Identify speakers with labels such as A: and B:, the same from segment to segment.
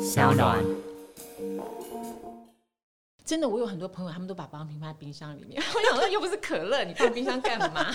A: 小暖。
B: 真的，我有很多朋友，他们都把保养品放在冰箱里面。 我想说，又不是可乐，你放冰箱干嘛？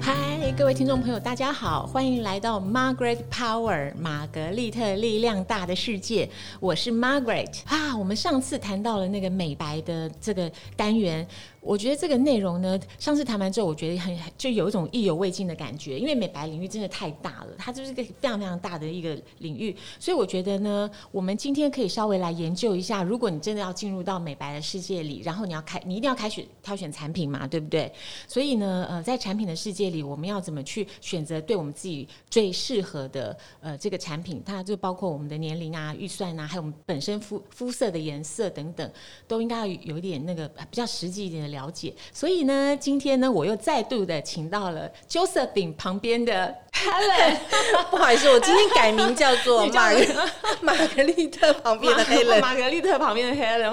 B: 嗨，各位听众朋友，大家好，欢迎来到 Margaret Power 玛格丽特力量大的世界，我是 Margaret 啊。我们上次谈到了那个美白的这个单元，我觉得这个内容呢，上次谈完之后，我觉得很就有一种意犹未尽的感觉，因为美白领域真的太大了，它就是一个非常非常大的一个领域，所以我觉得呢，我们今天可以稍微来研究一下，如果你真的要进入到美白的世界里，然后你要开，你一定要开始挑选产品嘛，对不对？所以呢，呃，在产品的世界里，我们要怎么去选择对我们自己最适合的呃这个产品？它就包括我们的年龄啊、预算啊，还有我们本身肤肤色的颜色等等，都应该要有一点那个呃比较实际一点的了解。所以呢，今天呢，我又再度的请到了 Josephine 旁边的 Helen，
C: 不好意思，我今天改名叫做
B: 你叫
C: 玛格玛格丽特 旁边 的 Helen。
B: 玛格丽特旁边的 Helen，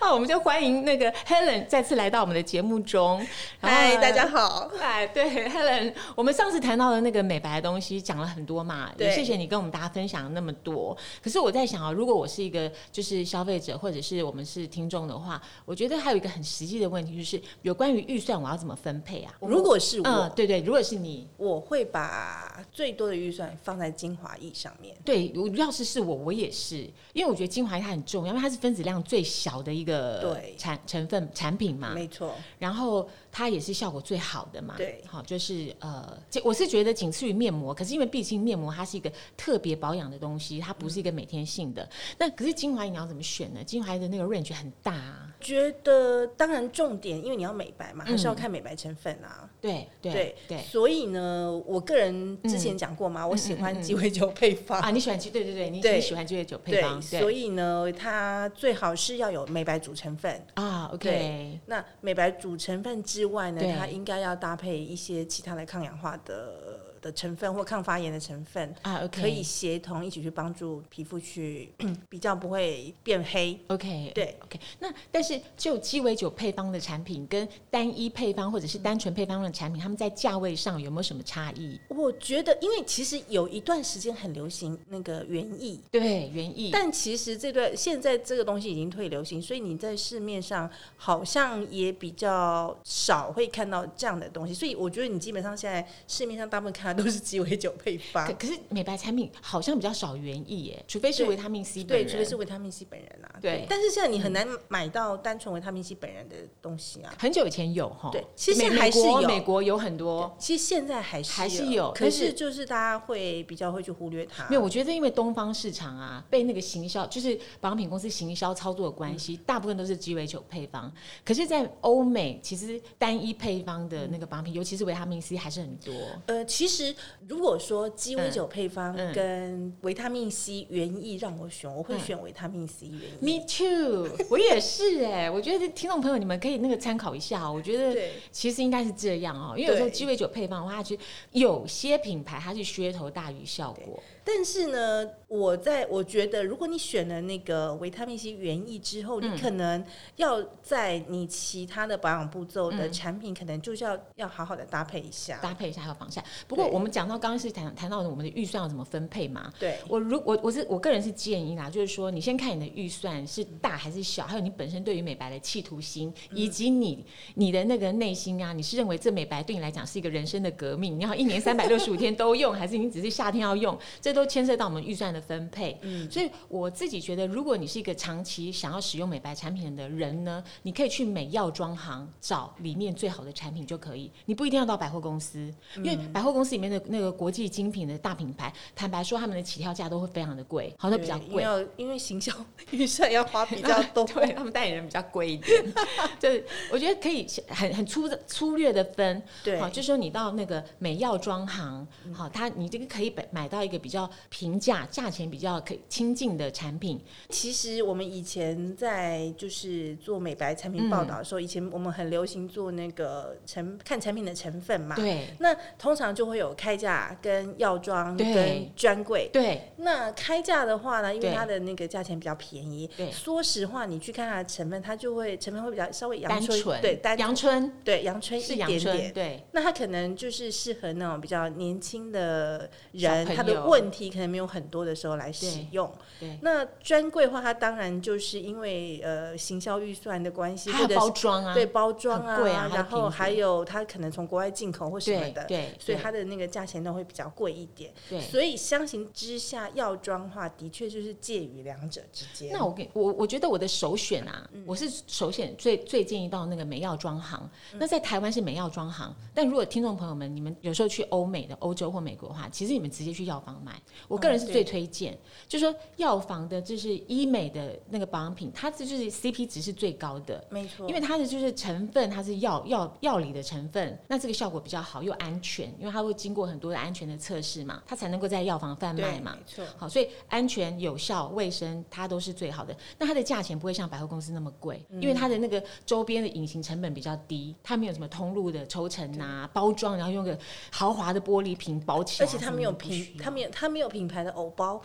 B: 啊，我 们就欢迎那个 Helen 再次来到我们的节目中。然后
C: 嗨，大家啊好。
B: 哎，对，Helen，我 们上次谈到的那个美白的东西讲了很多嘛，也
C: 对
B: 谢谢你跟我们大家分享了那么多。可是我在想啊，如果我是一个就是消费者或者是我们是听众的话，我觉得还有一个很实际的问题就是有关于预算我要怎么分配啊？
C: 如果是我，
B: 嗯，对对，如果是你，
C: 我会把最多的预算放在精华液上面。
B: 对，我要是是我，我也是，因为我觉得精华液它很重要，因为它是分子量最小的一个
C: 对
B: 产成分产品嘛，
C: 没错，
B: 然后它也是效果最好的嘛。
C: 对
B: 好，就是呃，这我是觉得仅次于面膜，可是因为毕竟面膜它是一个特别保养的东西，它不是一个每天性的。那可是精华你要怎么选呢？精华的那个 range 很大、啊，
C: 觉得当然重点，因为你要美白嘛，
B: 嗯
C: 还是要看美白成分啊。
B: 对对
C: 对所以呢，我个人之前讲过嘛，我喜欢鸡尾酒配方。
B: 啊，你喜欢鸡，对对对，你
C: 对
B: 你喜欢鸡尾酒配
C: 对
B: 方，，
C: 所
B: 以
C: 以呢，它最好是要有美白主成分。
B: 啊，OK，
C: 那美白主成分之外呢
B: 对，
C: 它应该要搭配一些其他的抗氧化的的成分或抗发炎的成分，
B: 啊，OK，
C: 可以协同一起去帮助皮肤去比较不会变黑。
B: OK，
C: 对
B: ，OK。那但是就鸡尾酒配方的产品跟单一配方或者是单纯配方的产品，他们在价位上有没有什么差异？
C: 我觉得，因为其实有一段时间很流行那个原液，
B: 对，原意
C: 但其实这段现在这个东西已经退流行，所以你在市面上好像也比较少会看到这样的东西。所以我觉得你基本上现在市面上大部分看到都是鸡尾酒配方
B: 可，可是美白产品好像比较少原液耶，除非是
C: 对
B: 维他命 C 本
C: 对，
B: 人。
C: 除非是维他命 C 本人啊。
B: 对嗯
C: 但是现在你很难买到单纯维他命 C 本人的东西啊。
B: 很久以前有哈，
C: 对其实
B: 美
C: 还是
B: 美国
C: 有啊
B: 美国有很多。
C: 其实现在还是
B: 还是有
C: 可
B: 但是
C: 是就是大家会比较会去忽略它。
B: 没有，我觉得因为东方市场啊，被那个行销，就是保养品公司行销操作的关系，
C: 嗯
B: 大部分都是鸡尾酒配方。可是，在欧美，其实单一配方的那个保养品，尤其是维他命 C 还是很多。
C: 呃，其实如果说鸡尾酒配方
B: 嗯嗯嗯
C: 跟维他命 C 原液让我选，我会选维他命 C 原液。
B: Me too，我也是哎、我觉得听众朋友你们可以那个参考一下哦，我觉得
C: 对
B: 其实应该是这样哦，因为有时候
C: 对
B: 鸡尾酒配方的话，它其实有些品牌它是噱头大于效果，
C: 但是呢，我在我觉得，如果你选了那个维他命 C 原液之
B: 嗯
C: 后，你可能要在你其他的保养步骤的产品，可能就是要要好好的搭配一
B: 嗯
C: 下。
B: 搭配一下还有防晒。不过
C: 对
B: 我们讲到刚刚是谈谈到我们的预算要怎么分配嘛，
C: 对，
B: 我如我我是我个人是建议啦，就是说你先看你的预算是大还是小，还有你本身对于美白的企图心，以及你你的那个内心啊，你是认为这美白对你来讲是一个人生的革命，你要一年三百六十五天都用，还是你只是夏天要用，这都牵涉到我们预算的分配。
C: 嗯，
B: 所以我自己觉得，如果你是一个长期想要使用美白产品的人呢，你可以去美药妆行找里面最好的产品就可以，你不一定要到百货公司，因
C: 嗯
B: 为百货公司里面的那个国际精品的大品牌，坦白说他们的起跳价都会非常的贵，好像比较
C: 对因为
B: 贵。
C: 要因为行销预算要花比 较多。
B: 对他们代言人比较贵一点， 就是我觉得可以很很粗粗略的分，
C: 对嗯
B: 好，就说你到那个美药妆行，好，它你这个可以买买到一个比较平价、价价钱比较可以亲近的产品。
C: 其实我们以前在就是做美白产品
B: 嗯
C: 报道的时候，以前我们很流行做那个成看产品的成分嘛。
B: 对
C: 那通常就会有开价、跟药妆、
B: 对
C: 跟专柜。
B: 对，
C: 那开价的话呢，因为
B: 对
C: 它的那个价钱比较便宜
B: 对。
C: 说实话，你去看它的成分，它就会成分会比较稍微阳
B: 单
C: 春，
B: 纯
C: 对单
B: 阳春
C: 对阳春
B: 是
C: 一
B: 阳
C: 点
B: 春，
C: 点。
B: 对
C: 那它可能就是适合那种比较年轻的人，
B: 小朋友
C: 他的问题可能没有很多的时候来使用。
B: 对，
C: 那专柜的话，它当然就是因为呃行销预算的关系，
B: 还
C: 或
B: 有
C: 者是
B: 包装啊，
C: 对包装啊，
B: 很贵啊它的
C: 然后
B: 瓶子
C: 还有它可能从国外进口或什么
B: 对
C: 的，
B: 对，
C: 所以
B: 对
C: 它的那个价钱都会比较贵一点。
B: 对
C: 所以相形之下，药妆化的确就是介于两者之间。
B: 那我给我我觉得我的首选啊，
C: 嗯
B: 我是首选最最建议到那个美药妆行。
C: 嗯
B: 那在台湾是美药妆行，但如果听众朋友们，你们有时候去欧美的欧洲或美国的话，其实你们直接去药房买，我个人是
C: 嗯对
B: 最推荐，就说药房的就是医美的那个保养品，它就是 CP 值是最高的。
C: 没错，
B: 因为它的就是成分，它是药药药理的成分，那这个效果比较好又安全，因为它会经过很多的安全的测试嘛，它才能够在药房贩卖
C: 对，
B: 嘛
C: 没。错，
B: 好，所以安全、有效、卫生，它都是最好的。那它的价钱不会像百货公司那么贵，
C: 嗯
B: 因为它的那个周边的隐形成本比较低，它没有什么通路的抽成啊、包装，然后用个豪华的玻璃瓶包起
C: 而
B: 来，
C: 且它没有品，它
B: 们
C: 没有它没有品牌的偶包，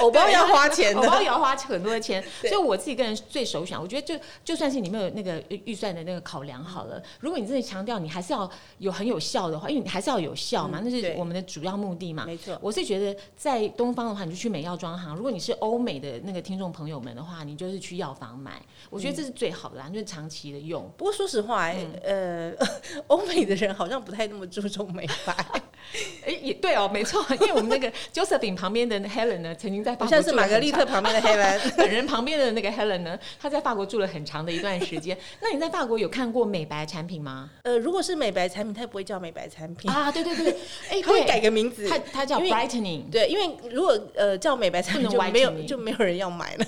C: 偶包要花 钱
B: 包
C: 的。
B: 也要花很多的钱，所
C: 对
B: 以我自己个人最首选，我觉得就就算是你没有那个预算的那个考量好
C: 嗯
B: 了，如果你真的强调你还是要有很有效的话，因为你还是要有效嘛，
C: 嗯
B: 那是
C: 对
B: 我们的主要目的嘛。
C: 没错，
B: 我是觉得在东方的话，你就去美药妆行；如果你是欧美的那个听众朋友们的话，你就是去药房买。我觉得这是最好的啦，就是长期的用。
C: 不过说实话、哎
B: 嗯
C: 呃， 欧美的人好像不太那么注重美 白，
B: 哎、也对哦，没错，因为我们那个 Josephine 旁边的 Helen 呢，曾经在法国
C: 好像
B: 住
C: 是
B: 了
C: 玛格
B: 很
C: 丽
B: 长
C: 特旁边的黑兰。
B: 本人旁边的那个 Helen 呢，她在法国住了很长的一段时间。那你在法国有看过美白产品 吗？
C: 呃，如果是美白产品，它也不会叫美白产 品，
B: 啊，对对对，哎、
C: 它会
B: 对，
C: 改个名字。
B: 它它叫
C: 因为
B: brightening，
C: 对，因为如果呃叫美白产品
B: 不能
C: 就
B: 歪
C: 没有
B: 着你
C: 就没有人要买 了，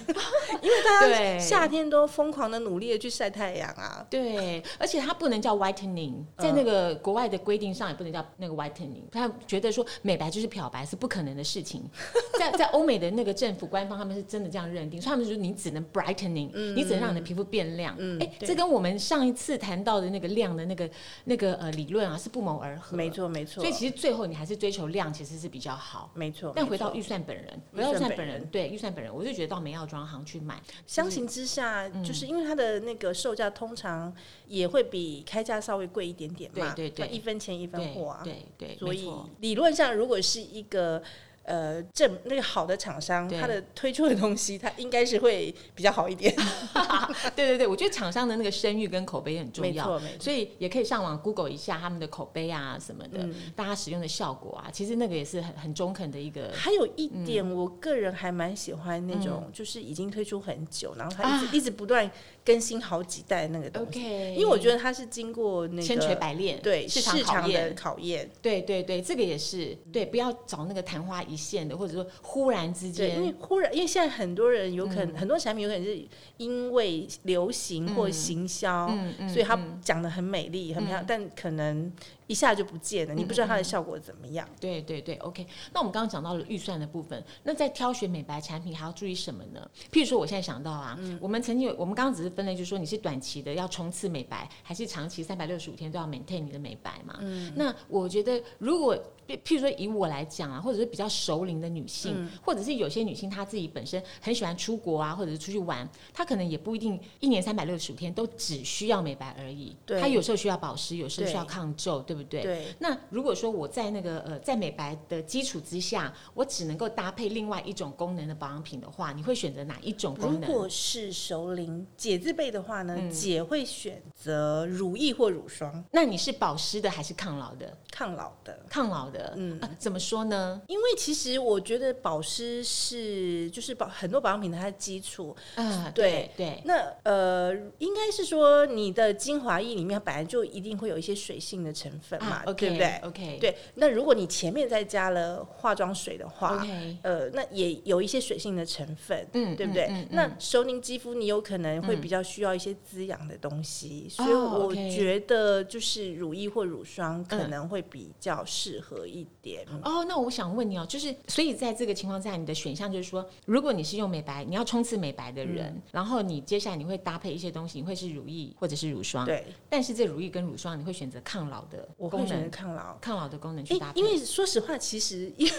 C: 因为大
B: 对
C: 家夏天都疯狂的努力的去晒太阳啊。
B: 对，而且它不能叫
C: 嗯
B: whitening，在那个国外的规定上也不能叫那个 whitening。他觉得说美白就是漂白是不可能的事情， 在在欧美的那个政府官方他们是真的这样认定，所以他们说你只能 brightening，、你只能让你的皮肤变亮。哎、
C: 嗯对
B: 这跟我们上一次谈到的那个亮的那个那个呃理论啊是不谋而合。
C: 没错，没错，
B: 所以其实最后你还是追求量，其实是比较好。
C: 没错。
B: 但
C: 没
B: 回
C: 错
B: 到预算本人，
C: 预
B: 回到预
C: 算
B: 算
C: 本
B: 本人，
C: 人
B: 对预算本人，我就觉得到美药妆行去买，
C: 相形之下，
B: 嗯
C: 就是因为它的那个售价通常也会比开价稍微贵一点点嘛，
B: 对对对
C: 那一分钱一分
B: 对
C: 货啊。
B: 对对，
C: 所
B: 没
C: 以
B: 错
C: 理论上，如果是一个呃正那个好的厂商，
B: 对
C: 它的推出的东西，它应该是会比较好一点。
B: 对对对，我觉得厂商的那个声誉跟口碑也很 重
C: 没
B: 要，
C: 错，没错。
B: 所以也可以上网 Google 一下他们的口碑啊什么的，
C: 嗯
B: 大家使用的效果啊，其实那个也是很很中肯的一个。
C: 还有一点，
B: 嗯
C: 我个人还蛮喜欢那种，就是已经推出很久，然后它一直、一直不断更新好几代那个东西，
B: 啊 OK，
C: 因为我觉得它是经过那个
B: 千锤百炼，
C: 对
B: 市
C: 市
B: 场考验
C: 的，考验。
B: 对对对，这个也是对，不要找那个昙花一现的，或者说忽然之
C: 对，因为
B: 间，嗯
C: 忽然，因为现在很多人有可能、很多产品有可能是因为流行或行销，
B: 嗯嗯
C: 所以它
B: 嗯
C: 讲的很美丽、很漂亮，但可能一下就不见了，
B: 嗯
C: 你不知道它的效果怎么样。
B: 对对对，OK。那我们刚刚讲到了预算的部分，那在挑选美白产品还要注意什么呢？譬如说，我现在想到啊，
C: 嗯
B: 我们曾经有，我们刚刚只是分类，就是说你是短期的要冲刺美白，还是长期三百六十五天都要 maintain 你的美白嘛？
C: 嗯
B: 那我觉得，如果譬譬如说以我来讲啊，或者是比较熟龄的女性，
C: 嗯
B: 或者是有些女性她自己本身很喜欢出国啊，或者是出去玩，她可能也不一定一年三百六十五天都只需要美白而已。
C: 对
B: 她有时候需要保湿，有时候需要
C: 对
B: 抗皱，对不对？
C: 对，
B: 那如果说我在那个呃在美白的基础之下，我只能够搭配另外一种功能的保养品的话，你会选择哪一种
C: 如
B: 功能？嗯
C: 果是熟龄姐字辈的话呢，姐会选择乳液或乳霜，
B: 那你是保湿的还是抗老的？
C: 抗老的。
B: 抗老的，嗯、怎么说呢？
C: 因为其实我觉得保湿是就是保很多保养品的它的基础，
B: 啊，
C: 对
B: 对
C: 那呃，应该是说你的精华液里面本来就一定会有一些水性的成分嘛，
B: 啊，OK，
C: 对不对？
B: ？OK，
C: 对，那如果你前面再加了化妆水的话
B: OK
C: 呃，那也有一些水性的成分，
B: 嗯
C: 对不对？
B: 嗯嗯嗯嗯
C: 那熟龄肌肤你有可能会比较需要一些滋养的东西，所以
B: 哦
C: 我
B: ，OK
C: 觉得就是乳液或乳霜可
B: 嗯
C: 能会比较适合一点。
B: 哦，那我想问你哦，就是所以在这个情况下，你的选项就是说，如果你是用美白，你要冲刺美白的人，
C: 嗯
B: 然后你接下来你会搭配一些东西，你会是乳液或者是乳霜，
C: 对，
B: 但是这乳液跟乳霜你会选择抗老的
C: 我
B: 功
C: 会选择
B: 能，
C: 抗老。
B: 抗老的功能去
C: 诶
B: 搭配，嗯
C: 因为说实话，其实因为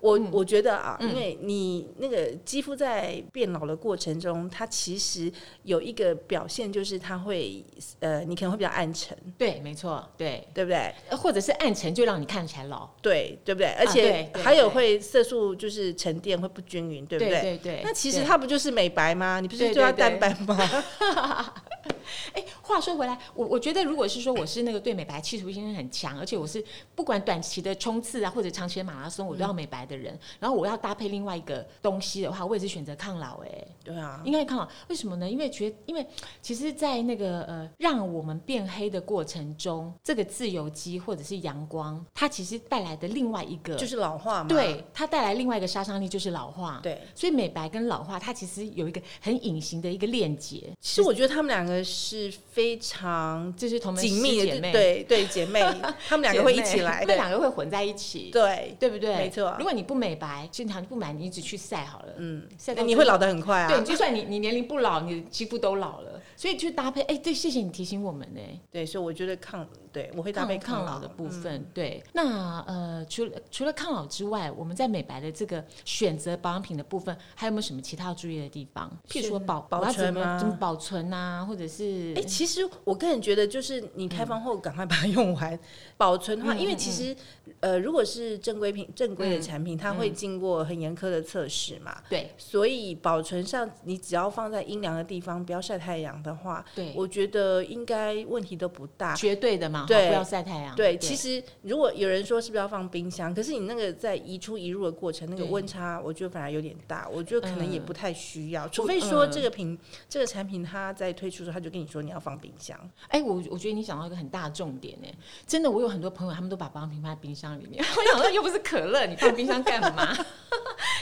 C: 我、我觉得啊，因为你那个肌肤在变老的过程中，它其实有一个表现就是它会呃，你可能会比较暗沉，
B: 对，没错，对，
C: 对不对？
B: 呃或者是暗沉就让你看起来老，
C: 对对不对？而且
B: 啊对对
C: 还有
B: 对
C: 会色素就是沉淀会不均匀，对不对？
B: 对对。
C: 那其实
B: 对
C: 它不就是美白吗？你不是
B: 对
C: 就要
B: 对对
C: 淡斑吗？
B: 哎、话说回来，我我觉得如果是说我是那个对美白企图心很强，而且我是不管短期的冲刺啊，或者长期的马拉松，我都要美白的人，然后我要搭配另外一个东西的话，我也是选择抗老、哎，
C: 对啊，
B: 应该抗老，为什么呢？因为觉因为其实，在那个呃，让我们变黑的过程中，这个自由基或者是阳光，它其实带来的另外一个，
C: 就是老化嘛。
B: 对它带来另外一个杀伤力就是老化。
C: 对。
B: 所以美白跟老化，它其实有一个很隐形的一个链接，
C: 其实我觉得他们两个是非常
B: 就是同门
C: 紧
B: 师
C: 密的，
B: 姐妹，
C: 对对 姐妹，他们两个会一起
B: 他
C: 来
B: 们
C: 的，
B: 两个会混在一起，
C: 对，
B: 对不对？
C: 没错
B: 如果你不美白，正常你不买，你一直去晒好了，
C: 嗯，
B: 晒到
C: 你会
B: 老。
C: 老得很快
B: 哦
C: 啊。
B: 对，就算你你年龄不老，你的肌肤都老了，所以去搭配。哎、对，谢谢你提醒我们呢、
C: 对，所以我觉得抗，对我会搭配嗯
B: 抗抗老的部分，对。那呃，除了除了抗老之外，我们在美白的这个选择保养品的部分，还有没有什么其他要注意的地方？譬如说
C: 是
B: 保
C: 保
B: 我要
C: 存
B: 怎么
C: 吗
B: 怎么保存啊，或者是
C: 哎、其实我个人觉得，就是你开放后赶快把它 用完，保存的话，
B: 嗯
C: 因为
B: 嗯
C: 其实呃，如果是正规品、正规的
B: 嗯
C: 产品，它会经过很严苛的测试嘛，
B: 对
C: 所以保存上，你只要放在阴凉的地方，不要晒太阳的话，
B: 对，
C: 我觉得应该问题都不大。
B: 绝对的嘛，
C: 啊对
B: 不要晒太阳。
C: 对，其实如果有人说是不是要放冰箱，可是你那个在移出移入的过程，那个
B: 对
C: 温差，我觉得反而有点大，我觉得可能也
B: 嗯
C: 不太需要，除非说
B: 嗯
C: 这个品、这个产品它在推出的时候，他就跟你说你要放冰箱。
B: 哎、我我觉得你讲到一个很大的重点呢，真的，我有很多朋友他们都把保养品放在冰箱里面， 我想说又不是可乐，你放冰箱干嘛？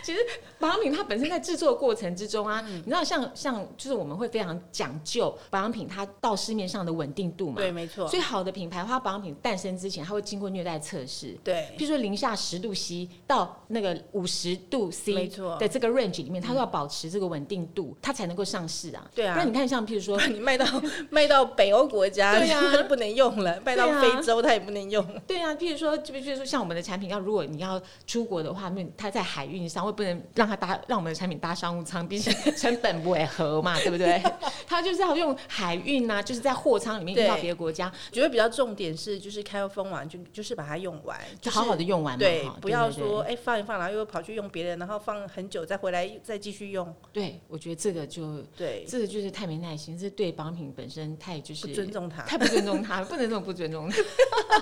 B: 其实保养品它本身在制作过程之中啊，
C: 嗯
B: 你知道像像就是我们会非常讲究保养品它到市面上的稳定度嘛，
C: 对，没错。
B: 最好的品牌它保养品诞生之前，它会经过虐待测试。
C: 对
B: 譬如说零下十度 C 到那个五十度 C
C: 没错
B: 的这个 range 里面，它都要保持这个稳定度，它才能够上市啊。
C: 对啊
B: 不然你看像譬如说
C: 不然你卖到 卖到北欧国家，
B: 对啊
C: 它就不能用了；卖到
B: 对啊
C: 非洲，它也不能用了。
B: 对啊，譬如说，就比如说像我们的产品，要如果你要出国的话，那它在海运上，会不能让它搭让我们的产品搭商务舱，毕 竟成本不违和嘛，对不对？它就是要用海运啊，就是在货仓里面运到
C: 对
B: 别的国家，
C: 我觉得比较重点是，就是开封完就就是把它用完，
B: 就
C: 就是
B: 好好的用完嘛，
C: 对
B: 哈，
C: 不要
B: 对对
C: 说哎、放一放，然后又跑去用别人，然后放很久再回来再继续用，
B: 对我觉得这个就
C: 对，
B: 这个就是太没耐心，这对保养品本身太就是
C: 不尊重它。
B: 太不尊重他了，不能这么不尊重他。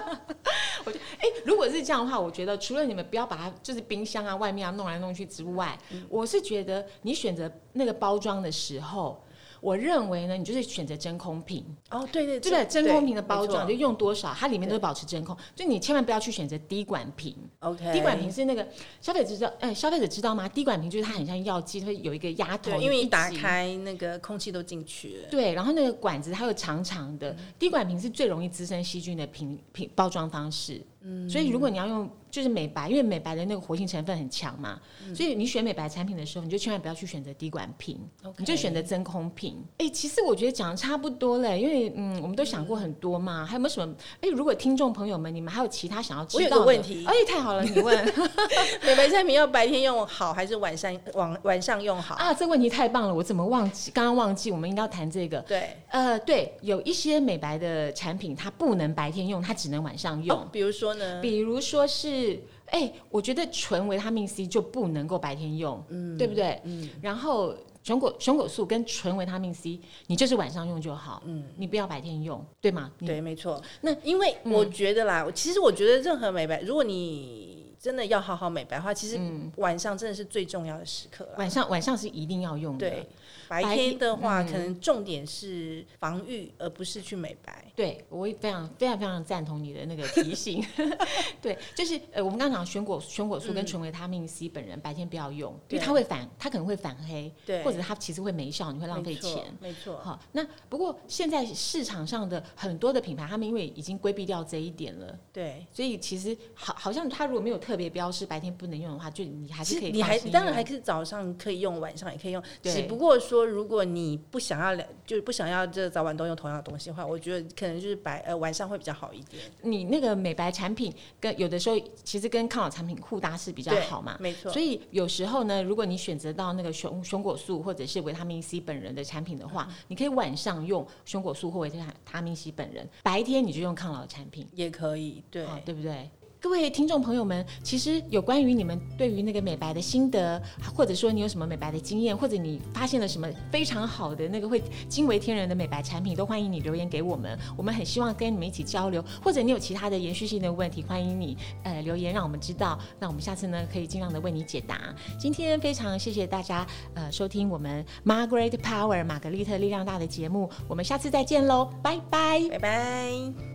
B: 我觉得，哎、如果是这样的话，我觉得除了你们不要把它就是冰箱啊、外面啊弄来弄去之外，
C: 嗯
B: 我是觉得你选择那个包装的时候，我认为呢，你就是选择真空瓶，
C: 哦，对对，
B: 对不对？真空瓶的包装就
C: 没错
B: 用多少，它里面都会保持真空，就你千万不要去选择滴管瓶。
C: OK，
B: 滴管瓶是那个消费者知道，哎、消费者知道吗？滴管瓶就是它很像药剂，它会有一个压头，
C: 对，因为
B: 一
C: 一打
B: 挤
C: 开那个空气都进 去了，
B: 对，然后那个管子它又长长的，滴管瓶是最容易滋生细菌的瓶瓶包装方式。嗯，所以如果你要用就是美白，因为美白的那个活性成分很强嘛，
C: 嗯
B: 所以你选美白产品的时候，你就千万不要去选择滴管瓶
C: OK
B: 你就选择真空瓶。哎、其实我觉得讲的差不多了，因为嗯，我们都想过很多嘛，还有没有什么？哎、如果听众朋友们你们还有其他想要知道
C: 我有
B: 的，
C: 个问题
B: 哎、太好了，你问
C: 美白产品要白天用好还是晚上晚晚上用好？
B: 啊，这问题太棒了，我怎么忘记？刚刚忘记，我们应该要谈这个。
C: 对，
B: 呃，对，有一些美白的产品，它不能白天用，它只能晚上用。
C: 哦比如说呢，
B: 比如说是，哎、我觉得纯维他命 C 就不能够白天用，
C: 嗯
B: 对不对？然后熊果熊果素跟纯维他命 C，你就是晚上用就好，你不要白天用，对吗？你
C: 嗯对，没错。
B: 那
C: 因为我
B: 嗯
C: 觉得啦，我其实我觉得任何美白，如果你真的要好好美白的话，其实
B: 嗯
C: 晚上真的是最重要的时刻啦。
B: 晚上晚上是一定要用的。
C: 对，白
B: 白
C: 天的话，
B: 天嗯
C: 可能重点是防御，而不是去美白。
B: 对我也非常非常非常赞同你的那个提 醒。 对，就是呃，我们刚刚讲选果选果素跟纯维他命 C，本人白天不要用，因为
C: 嗯对
B: 它会反，它可能会反黑，
C: 对，
B: 或者它其实会没效，你会浪费钱。
C: 没错，
B: 好，那不过现在市场上的很多的品牌，他们因为已经规避掉这一点了，
C: 对。
B: 所以其实好，好像它如果没有特别标示白天不能用的话，就你还是
C: 其实
B: 可以
C: 你
B: 放
C: 还
B: 心
C: 当然
B: 用
C: 还是早上可以用，晚上也可以用。
B: 对
C: 只不过说，如果你不想要两，就是不想要这早晚都用同样的东西的话，我觉得可能就是白呃晚上会比较好一点。
B: 你那个美白产品跟有的时候其实跟抗老产品互搭是比较
C: 对
B: 好嘛。
C: 没错。
B: 所以有时候呢，如果你选择到那个熊熊果素或者是维他命 C 本人的产品的话，
C: 嗯
B: 你可以晚上用熊果素或维他命 C 本人，白天你就用抗老产品。
C: 也可以，对，
B: 好啊对不对？各位听众朋友们，其实有关于你们对于那个美白的心得，或者说你有什么美白的经验，或者你发现了什么非常好的那个会惊为天人的美白产品，都欢迎你留言给我们。我们很希望跟你们一起交流，或者你有其他的延续性的问题，欢迎你呃留言让我们知道。那我们下次呢可以尽量的为你解答。今天非常谢谢大家呃收听我们 Margaret Power 玛格丽特力量大的节目，我们下次再见喽，拜拜。
C: 拜拜。